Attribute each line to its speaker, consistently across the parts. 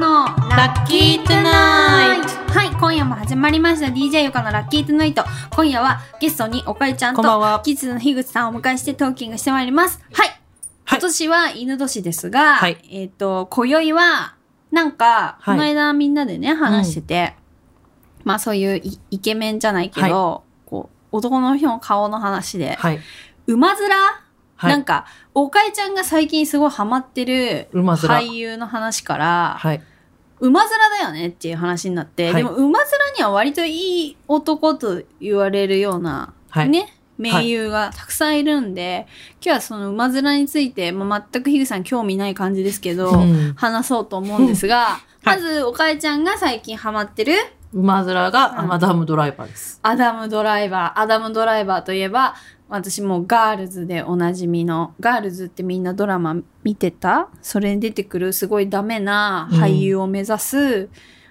Speaker 1: ラッキートゥナイトはい、今夜も始まりました DJ ゆかのラッキートゥナイト。今夜はゲストにおかゆちゃん
Speaker 2: こんばん
Speaker 1: と
Speaker 2: は
Speaker 1: キッズの樋口さんをお迎えしてトーキングしてまいります。はい。
Speaker 2: はい
Speaker 1: 今年は犬年ですが、
Speaker 2: はい
Speaker 1: えっ、と、今宵は、なんか、
Speaker 2: はい
Speaker 1: この間みんなでね、話してて、まあそういうイイケメンじゃないけど、こう、男の人の顔の話で、
Speaker 2: はい。
Speaker 1: 馬面
Speaker 2: はい。
Speaker 1: なんか、おかえちゃんが最近すごいハマってる
Speaker 2: 馬面
Speaker 1: 俳優の話から、
Speaker 2: はい。
Speaker 1: 馬面だよねっていう話になって、
Speaker 2: は
Speaker 1: で
Speaker 2: い
Speaker 1: も馬面には割といい男と言われるような、
Speaker 2: はい
Speaker 1: ね、名優がたくさんいるんで、今日はその馬面について、まあ、全くヒグさん興味ない感じですけど、
Speaker 2: うん
Speaker 1: 話そうと思うんですが、
Speaker 2: は
Speaker 1: ま
Speaker 2: い
Speaker 1: ずおかえちゃんが最近ハマってる
Speaker 2: 馬面が
Speaker 1: うん
Speaker 2: マダムドライバーです。
Speaker 1: アダムドライバー。アダムドライバーといえば、私もうガールズでおなじみの、ガールズってみんなドラマ見てたそれに出てくるすごいダメな俳優を目指す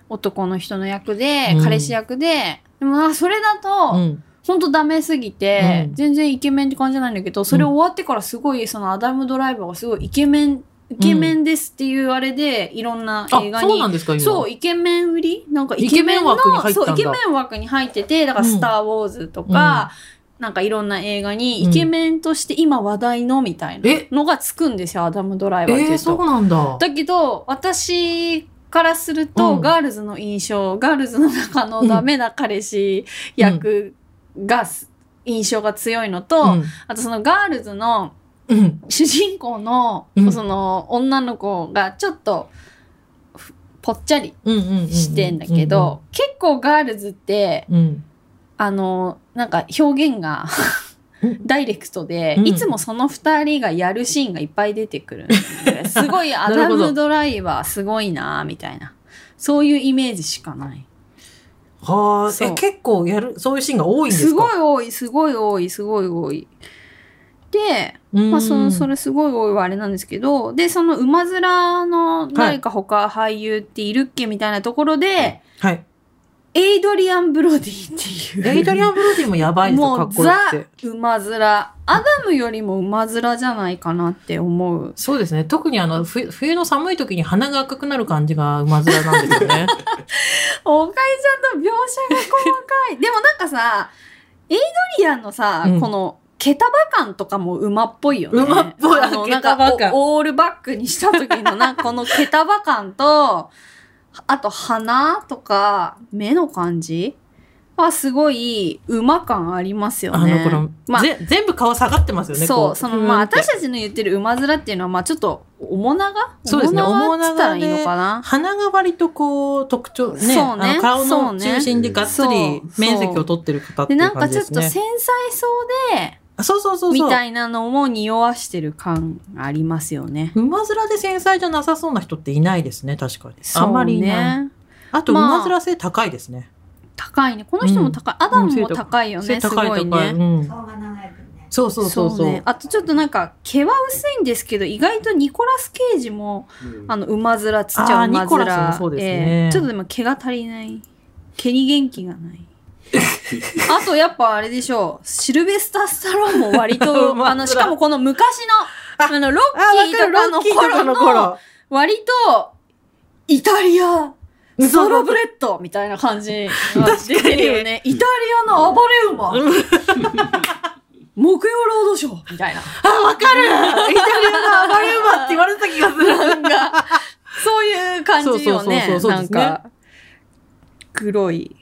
Speaker 1: 男の人の役で、
Speaker 2: うん
Speaker 1: 彼氏役で、でもなそれだと、
Speaker 2: うん。
Speaker 1: ほんとダメすぎて、
Speaker 2: うん
Speaker 1: 全然イケメンって感じじゃないんだけど、それ終わってからすごい、そのアダムドライバーがすごいイケメン、イケメンですっていうあれで、いろんな
Speaker 2: あ
Speaker 1: 映、画
Speaker 2: そう
Speaker 1: に
Speaker 2: なんですか、今。
Speaker 1: そう、イケメン売りなんかイケメンの
Speaker 2: イケメン枠に入ったんだ
Speaker 1: そう、イケメン枠に入ってて、だから、
Speaker 2: うん
Speaker 1: スター・ウォーズとか、なんかいろんな映画に、
Speaker 2: うん
Speaker 1: イケメンとして今話題のみたいな
Speaker 2: え
Speaker 1: のがつくんですよ、アダム・ドライバーって
Speaker 2: え
Speaker 1: い
Speaker 2: ー、
Speaker 1: うと
Speaker 2: そうなんだ。
Speaker 1: だけど、私からすると、
Speaker 2: うん
Speaker 1: ガールズの印象、ガールズの中のダメな彼氏役が、印象が強いのと、
Speaker 2: うん。
Speaker 1: あとそのガールズの
Speaker 2: うん。
Speaker 1: 主人公の、
Speaker 2: うん
Speaker 1: その女の子がちょっと、ふぽっちゃり
Speaker 2: うんうんうんうん。
Speaker 1: してんだけど、結構ガールズって
Speaker 2: うん。うん。
Speaker 1: あのなんか表現が
Speaker 2: うん
Speaker 1: ダイレクトで、
Speaker 2: うん
Speaker 1: いつもその2人がやるシーンがいっぱい出てくるん ですごいア
Speaker 2: なる
Speaker 1: ダ
Speaker 2: ほど
Speaker 1: ムドライバーすごいなみたいなそういうイメージしかない
Speaker 2: はあ、
Speaker 1: そう
Speaker 2: え、結構やる、そういうシーンが多いんですすか
Speaker 1: ごい多いすごい多いすごい多いで、
Speaker 2: い
Speaker 1: まあ、そのそれすごい多いはあれなんですけどでその馬面の誰か他俳優っているっけみたいなところで、
Speaker 2: はい。
Speaker 1: エイドリアン・ブロディっていう
Speaker 2: エイドリアン・ブロディもやばいですよ、
Speaker 1: も
Speaker 2: か
Speaker 1: う
Speaker 2: っこよく
Speaker 1: ザ
Speaker 2: て。
Speaker 1: 馬面アダムよりも馬面じゃないかなって思う
Speaker 2: そうですね。特にあの、ふ冬の寒い時に鼻が赤くなる感じが馬面なんです よね。
Speaker 1: おかえちゃんと描写が細かい でもなんかさエイドリアンのさ、
Speaker 2: うん
Speaker 1: この毛束感とかも馬っぽいよね
Speaker 2: 馬っぽい
Speaker 1: あの
Speaker 2: 毛
Speaker 1: なん
Speaker 2: 束
Speaker 1: か
Speaker 2: 感
Speaker 1: おオールバックにした時のなんかこの毛束感とあと鼻とか目の感じはすごい馬感ありますよ
Speaker 2: あ
Speaker 1: ね
Speaker 2: の頃、
Speaker 1: まあ
Speaker 2: ぜ全部顔下がってますよね、
Speaker 1: そ
Speaker 2: こ
Speaker 1: う、その、まあ、
Speaker 2: ふーんって
Speaker 1: 私たちの言ってる馬面っていうのは、まあ、ちょっと、面長
Speaker 2: そうですね
Speaker 1: 面長って言ったらいいのかな、
Speaker 2: 鼻が割とこう特徴ね
Speaker 1: そうね
Speaker 2: あの顔
Speaker 1: そう
Speaker 2: の
Speaker 1: ね
Speaker 2: 中心でがっ
Speaker 1: そ
Speaker 2: つり
Speaker 1: う
Speaker 2: 面積を取ってる方っ
Speaker 1: で、
Speaker 2: てい
Speaker 1: な
Speaker 2: うん
Speaker 1: か
Speaker 2: 感じ
Speaker 1: ちょ
Speaker 2: で
Speaker 1: っ
Speaker 2: す
Speaker 1: と
Speaker 2: ね
Speaker 1: 繊細そうで、
Speaker 2: あそうそうそう
Speaker 1: み
Speaker 2: そう
Speaker 1: たいなのも匂わしてる感ありますよね。
Speaker 2: 馬面で繊細じゃなさそうな人っていないですね確かに、
Speaker 1: そう
Speaker 2: あ
Speaker 1: ね
Speaker 2: んまりいないあと
Speaker 1: まあ
Speaker 2: 馬面性高いですね、
Speaker 1: 高いね。この人も高い。アダムも高いよね。
Speaker 2: 背
Speaker 1: す
Speaker 2: 高い
Speaker 1: ごい
Speaker 2: 高い、
Speaker 1: ね。
Speaker 2: うん、
Speaker 3: 顔が長い分ね。
Speaker 2: そうそうそうそう
Speaker 1: ね。あとちょっとなんか、毛は薄いんですけど、意外とニコラス・ケイジも、あの、馬面、つっちゃ
Speaker 2: あ
Speaker 1: う馬
Speaker 2: ー
Speaker 1: 面。
Speaker 2: ニコラスもそうですね
Speaker 1: ええちょっとでも毛が足りない。毛に元気が ない。あとやっぱあれでしょう。シルベスター・スタローンも割
Speaker 2: 馬
Speaker 1: と、
Speaker 2: 面
Speaker 1: あの、しかもこの昔の、あの、ロ
Speaker 2: あわ
Speaker 1: ッキー
Speaker 2: か
Speaker 1: と
Speaker 2: る
Speaker 1: か
Speaker 2: ロ
Speaker 1: の
Speaker 2: ッキーとか
Speaker 1: 頃
Speaker 2: の
Speaker 1: の、
Speaker 2: 頃
Speaker 1: 割と、イタリア、
Speaker 2: そう
Speaker 1: ソロブレッドみたいな感じ が出てるよね。イタリアの暴れ馬。木曜ロードショーみたいな。
Speaker 2: あわか るイタリアの暴れ馬って言われてた気がする
Speaker 1: なんか、そういう感じよね。
Speaker 2: そうそうそうそう
Speaker 1: なんか、黒い。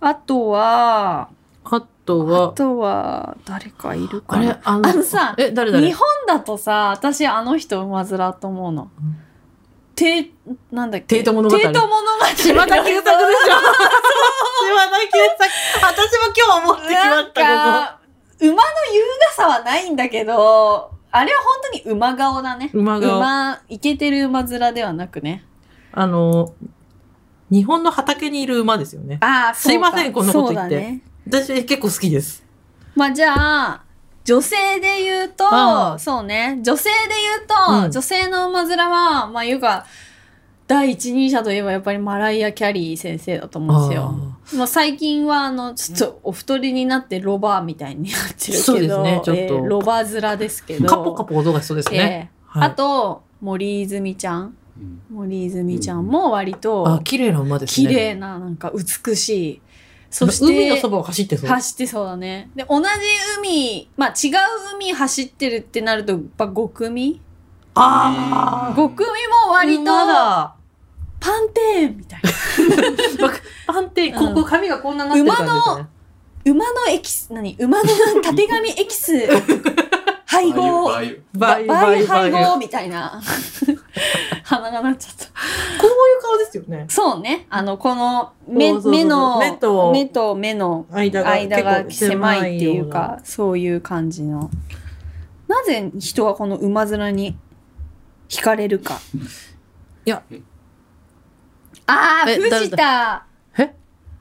Speaker 1: あとは、
Speaker 2: あと
Speaker 1: あ
Speaker 2: は
Speaker 1: とは、誰かいる
Speaker 2: あ
Speaker 1: か
Speaker 2: れ
Speaker 1: な。
Speaker 2: あ
Speaker 1: あのさ
Speaker 2: え誰誰
Speaker 1: 日本だとさ、私あの人馬面と思うの
Speaker 2: うん。
Speaker 1: て、なんだっけ。
Speaker 2: 帝都物語
Speaker 1: 帝都物語。
Speaker 2: 島田久作でしょ島田久作。私も今日思ってきま
Speaker 1: なん
Speaker 2: した、こ
Speaker 1: か、馬の優雅さはないんだけど、あれは本当に馬顔だね。
Speaker 2: こ。馬が、
Speaker 1: 馬、イケてる馬面ではなくね。
Speaker 2: あの、日本の畑にいる馬ですよね。
Speaker 1: ああ、そうか
Speaker 2: すいませんこんなこと言って
Speaker 1: そうだね
Speaker 2: 私結構好きです。
Speaker 1: まあじゃあ、女性で言う
Speaker 2: あ
Speaker 1: と、
Speaker 2: あ
Speaker 1: そうね、女性で言うと、
Speaker 2: うん
Speaker 1: 女性の馬面は、まあ言うか、第一人者といえばやっぱりマライア・キャリー先生だと思うんですよ。まあ最近はあの、ちょっとお太りになってロバーみたいになってるけど、
Speaker 2: そうですねちょっと
Speaker 1: えーロバ面ですけど、
Speaker 2: カポカポ音がしそうですね。
Speaker 1: えー
Speaker 2: は
Speaker 1: あ
Speaker 2: い
Speaker 1: と、森泉ちゃん。
Speaker 3: うん
Speaker 1: 森泉ちゃんも割
Speaker 2: あ
Speaker 1: と、
Speaker 2: 綺麗な馬です
Speaker 1: 綺
Speaker 2: ね
Speaker 1: 麗な、なんか美しい。そして、
Speaker 2: 海のそばを走ってそう
Speaker 1: 走ってそうだね。で、同じ海、まあ違う海走ってるってなると、やっぱ5組
Speaker 2: あ
Speaker 1: ?5 組も割と、
Speaker 2: 馬
Speaker 1: パ
Speaker 2: だ
Speaker 1: ンテーンみたいな。
Speaker 2: 安定
Speaker 1: うん
Speaker 2: ここ髪がこんなになってる感じですね
Speaker 1: 馬のエキス、何馬のたてがみエキ ス、配合、
Speaker 3: ああいう
Speaker 2: バイバ
Speaker 1: 倍
Speaker 2: イバ
Speaker 1: 配
Speaker 2: イ
Speaker 1: 合
Speaker 2: こ
Speaker 1: みたいな。 鼻がなっちゃった。
Speaker 2: ういう顔ですよね
Speaker 1: そうね。あの、この目、
Speaker 2: そうそうそう
Speaker 1: 目の、
Speaker 2: 目と
Speaker 1: 目と目の
Speaker 2: 間が
Speaker 1: 間が
Speaker 2: 結構
Speaker 1: 狭いっていう
Speaker 2: よ
Speaker 1: か、そういう感じの。なぜ人はこの馬面に惹かれるか。
Speaker 2: いや。
Speaker 1: ああ、
Speaker 2: え
Speaker 1: 藤田。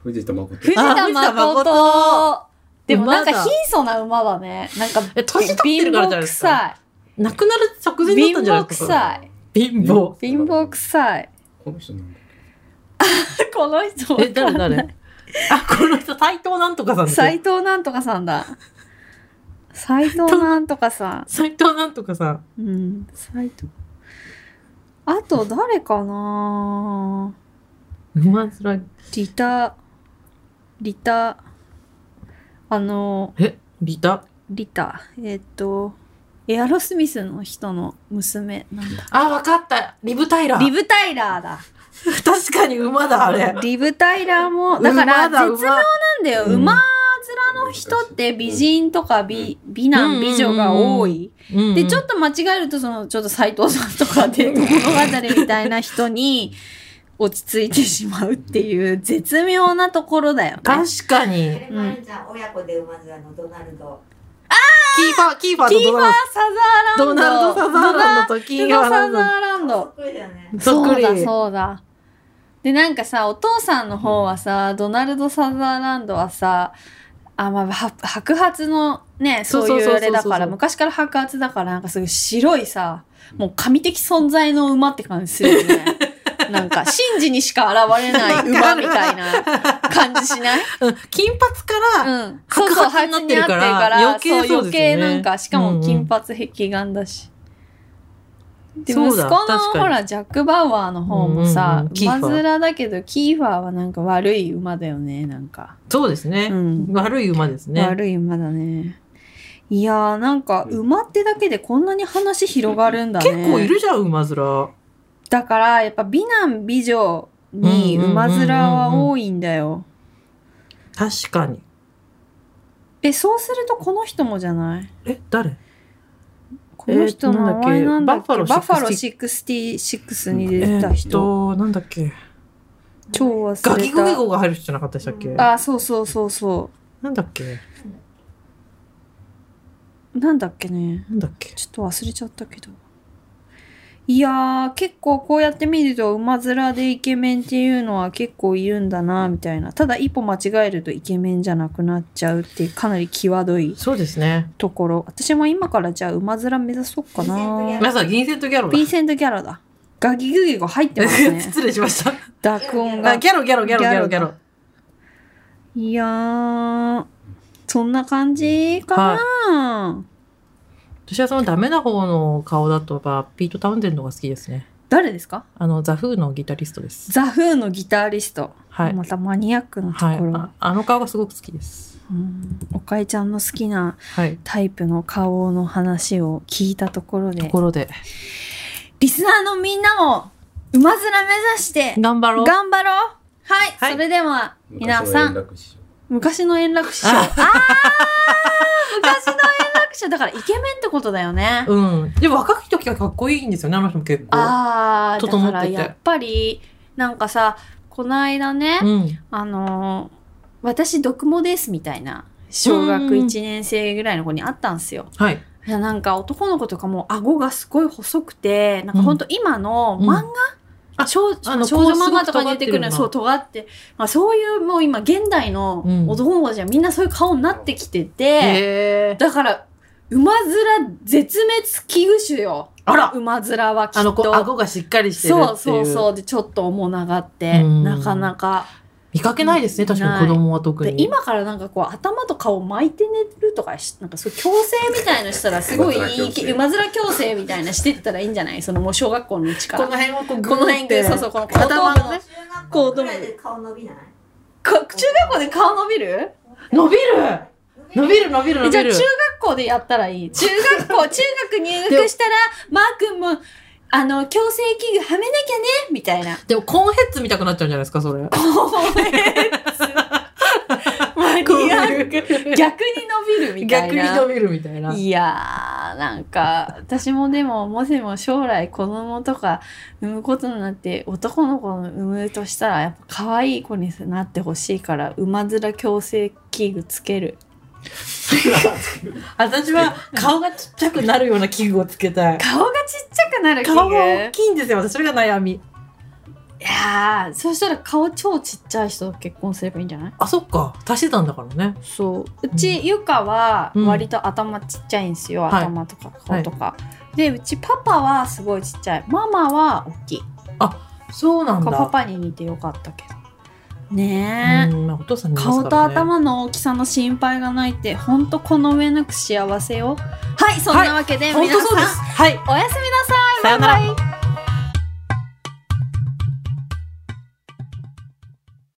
Speaker 3: 藤田誠
Speaker 1: 藤田
Speaker 2: あ藤田
Speaker 1: 誠
Speaker 2: 誠。
Speaker 1: でもなんか
Speaker 2: 馬だ
Speaker 1: 貧相な馬だね。なんか、
Speaker 2: え年取ってるからじゃないですかななくなる直前だっ
Speaker 1: 貧
Speaker 2: たんじゃない
Speaker 1: 乏
Speaker 2: ですか
Speaker 1: 臭い。
Speaker 2: 貧乏
Speaker 1: 貧乏臭い。
Speaker 3: この人なんだ
Speaker 1: この人
Speaker 2: え誰誰 あこの人斎藤なんとかさんですよ
Speaker 1: 斎藤なんとかさんだ。斎藤なんとかさ
Speaker 2: 斎藤なんとかさん
Speaker 1: ん。うん、斎藤。あと誰かな
Speaker 2: 馬面
Speaker 1: リタ、リタ、あの、
Speaker 2: えリタ
Speaker 1: リタ、えっ、と、エアロスミスの人の娘なんだ。
Speaker 2: あわかったリブタイラー
Speaker 1: リブ・タイラーだ。
Speaker 2: 確かに馬だあれ
Speaker 1: リブ・タイラーも、だから、
Speaker 2: 馬だ
Speaker 1: 絶妙なんだよ。
Speaker 2: うん
Speaker 1: 馬面の人って美人とか美美男、美女が多い。
Speaker 2: 馬うん
Speaker 1: で、ちょっと間違えると、その、ちょっと斎藤さんとかで、物語みたいな人に落ち着いてしまうっていう絶妙なところだよね。
Speaker 2: 確かに
Speaker 4: それもあるじゃん、親子で馬面のドナルド。
Speaker 2: キーファーキーファー
Speaker 1: キ
Speaker 2: と
Speaker 1: ーフ
Speaker 2: ド
Speaker 1: ァー・
Speaker 2: ナ
Speaker 1: サザーランド。
Speaker 2: ルドドナルド・サザーランドとキーファー・
Speaker 1: ドナ
Speaker 2: ラ
Speaker 1: ル
Speaker 2: ン
Speaker 1: ド
Speaker 2: ド
Speaker 1: サザーランド。
Speaker 4: そっくりだよね。
Speaker 2: そっ
Speaker 1: そ
Speaker 2: く
Speaker 1: う
Speaker 2: り
Speaker 1: だ、そうだ。で、なんかさ、お父さんの方はさ、ドナルド・サザーランドはさ、あ、まあ、は白髪のね、
Speaker 2: そ
Speaker 1: そうう
Speaker 2: そう
Speaker 1: い
Speaker 2: そうそうう
Speaker 1: あれだ
Speaker 2: そう
Speaker 1: か
Speaker 2: そ
Speaker 1: ら、
Speaker 2: うそう
Speaker 1: 昔から白髪だから、なんかすごい白いさ、もう神的存在の馬って感じするよ ね。なんか、神事にしか現れない馬みたいな感じしない
Speaker 2: うん金髪から、
Speaker 1: うん。そうそう、
Speaker 2: 白髪になってるか
Speaker 1: 白
Speaker 2: ら
Speaker 1: 髪になってるから
Speaker 2: 余計そうですよね
Speaker 1: 余計なんか、しかも金髪壁眼だし。で、息子
Speaker 2: そうだ
Speaker 1: の
Speaker 2: 確かに
Speaker 1: ほら、ジャック・バウアーの方も
Speaker 2: うん
Speaker 1: さ
Speaker 2: うんうんキー、ファー
Speaker 1: 馬面だけど、キーファーはなんか悪い馬だよね、なんか。
Speaker 2: そうですね、
Speaker 1: うん
Speaker 2: 悪い馬ですね
Speaker 1: 悪い馬だね。いやー、なんか、馬ってだけでこんなに話広がるんだね。
Speaker 2: 結構いるじゃん馬面
Speaker 1: だから、やっぱ美男美女に馬面は多いんだよ。
Speaker 2: 確かに
Speaker 1: え、そうするとこの人もじゃない
Speaker 2: え誰
Speaker 1: この人の名前なんだっけ、
Speaker 2: えーとなんだ
Speaker 1: バッ
Speaker 2: っけ
Speaker 1: ファロー66に
Speaker 2: え
Speaker 1: 出た
Speaker 2: ーっ
Speaker 1: 人、
Speaker 2: となんだっけ
Speaker 1: 超忘
Speaker 2: ガ
Speaker 1: れ
Speaker 2: キゴゲ
Speaker 1: た
Speaker 2: ゴが入る人じゃなかったでしたっけ
Speaker 1: あそうそうそうそ
Speaker 2: なんだっけ
Speaker 1: うなんだっけね
Speaker 2: なんだっけ
Speaker 1: ちょっと忘れちゃったけどいやー結構こうやって見ると馬面でイケメンっていうのは結構いるんだなみたいなただ一歩間違えるとイケメンじゃなくなっちゃうっていうかなり際どい
Speaker 2: そうですね
Speaker 1: ところ私も今からじゃあ馬面目指そうかな
Speaker 2: 皆さん銀セントギャロだ
Speaker 1: ヴィンセント・ギャロだガギグギゴ入ってます ね
Speaker 2: 失礼しました
Speaker 1: 濁音が
Speaker 2: あギャロギャロギャロギャロギャロ
Speaker 1: いやー、そんな感じかな、
Speaker 2: 年はそのダメな方の顔だとやっぱピート・タウンゼンドが好きですね
Speaker 1: 誰ですか
Speaker 2: あのザ・フーのギタリストです
Speaker 1: ザ・フーのギタリスト。
Speaker 2: はい
Speaker 1: またマニアックなと
Speaker 2: はい
Speaker 1: ころ、
Speaker 2: ああの顔がすごく好きです
Speaker 1: うん。おかえちゃんの好きな
Speaker 2: はい
Speaker 1: タイプの顔の話を聞いたところ
Speaker 2: と
Speaker 1: で、
Speaker 2: ころで
Speaker 1: リスナーのみんなも、馬面目指して、
Speaker 2: 頑張ろう
Speaker 1: 頑張ろうはい、
Speaker 2: はい
Speaker 1: それでは、皆さん、
Speaker 3: 楽師匠
Speaker 1: 昔の円楽師匠。 あー、昔の円楽師匠。だからイケメンってことだよね。
Speaker 2: うんでも若い時はかっこいいんですよねあの人も結構
Speaker 1: ああ、だ
Speaker 2: 整
Speaker 1: か
Speaker 2: ってて
Speaker 1: らやっぱり、なんかさ、この間ね、
Speaker 2: うん
Speaker 1: あのー私、毒もですみたいな、小学
Speaker 2: うん
Speaker 1: 1年生ぐらいの子に会ったんすよ。
Speaker 2: はい
Speaker 1: いやなんか男の子とかもう顎がすごい細くて、なんかほんと今の漫画、
Speaker 2: あ
Speaker 1: 少
Speaker 2: あの
Speaker 1: 少女漫画
Speaker 2: こうす
Speaker 1: と
Speaker 2: ごく
Speaker 1: かに出てくる
Speaker 2: 尖ってるような
Speaker 1: そう、尖って、まあ、そういうもう今現代の
Speaker 2: うん
Speaker 1: 男の子じゃみんなそういう顔になってきてて、
Speaker 2: へえ
Speaker 1: だから、馬面絶滅危惧種よ。
Speaker 2: あら
Speaker 1: 馬面はきっと。
Speaker 2: あのこう顎がしっかりしてるっていう
Speaker 1: そうそうそうでちょっと重ながって
Speaker 2: うん
Speaker 1: なかなか
Speaker 2: 見かけないですね、確かに子供は特
Speaker 1: で
Speaker 2: に。
Speaker 1: 今からなんかこう頭と顔巻いて寝るとかしなんかそう強制みたいのしたらすごいいいけ馬面矯正みたいなしてったらいいんじゃないそのもう小学校のうちからこ
Speaker 2: 辺をこう
Speaker 1: の辺でそうそうこの後
Speaker 2: 頭のね
Speaker 4: 中学校ぐらいで顔伸びない
Speaker 1: か中学校で顔伸びる
Speaker 2: 伸びる伸びる伸びる
Speaker 1: え
Speaker 2: 伸
Speaker 1: じゃ
Speaker 2: び
Speaker 1: あ中
Speaker 2: る。
Speaker 1: 学校でやったらいい中学校 中学入学したらマー君もあの矯正器具はめなきゃねみたい な
Speaker 2: でもコーンヘッズ見たくなっちゃうんじゃないですか、それ。
Speaker 1: マニアック 逆に伸びるみたい
Speaker 2: 逆
Speaker 1: な
Speaker 2: に伸びるみたいな。
Speaker 1: いやーなんか私もでももしも将来子供とか産むことになって男の子を産むとしたらやっぱ可愛い子になってほしいから馬面矯正器具つける
Speaker 2: 私は顔がちっちゃくなるような器具をつけたい。
Speaker 1: 顔がちっちゃくなる器具
Speaker 2: 顔が大きいんですよ、私。それが悩み。
Speaker 1: いやーそしたら顔超ちっちゃい人と結婚すればいいんじゃない
Speaker 2: あ、そっか。足してたんだからね。
Speaker 1: そううち、ゆかは
Speaker 2: うん
Speaker 1: 割と頭ちっちゃいんですよ、
Speaker 2: はい
Speaker 1: 頭とか顔とか、でうちパパはすごいちっちゃいママは大きい
Speaker 2: そうなんだ。
Speaker 1: パパに似てよかったけどねえ、
Speaker 2: うん、まあお父さんに言います
Speaker 1: 顔
Speaker 2: か
Speaker 1: と
Speaker 2: らね
Speaker 1: 頭の大きさの心配がないってほんとこの上なく幸せよはいそんなわけで、
Speaker 2: 本
Speaker 1: 皆
Speaker 2: 当
Speaker 1: さん
Speaker 2: そうです。はい。
Speaker 1: おやすみなさい
Speaker 2: さよなら
Speaker 1: バイバイ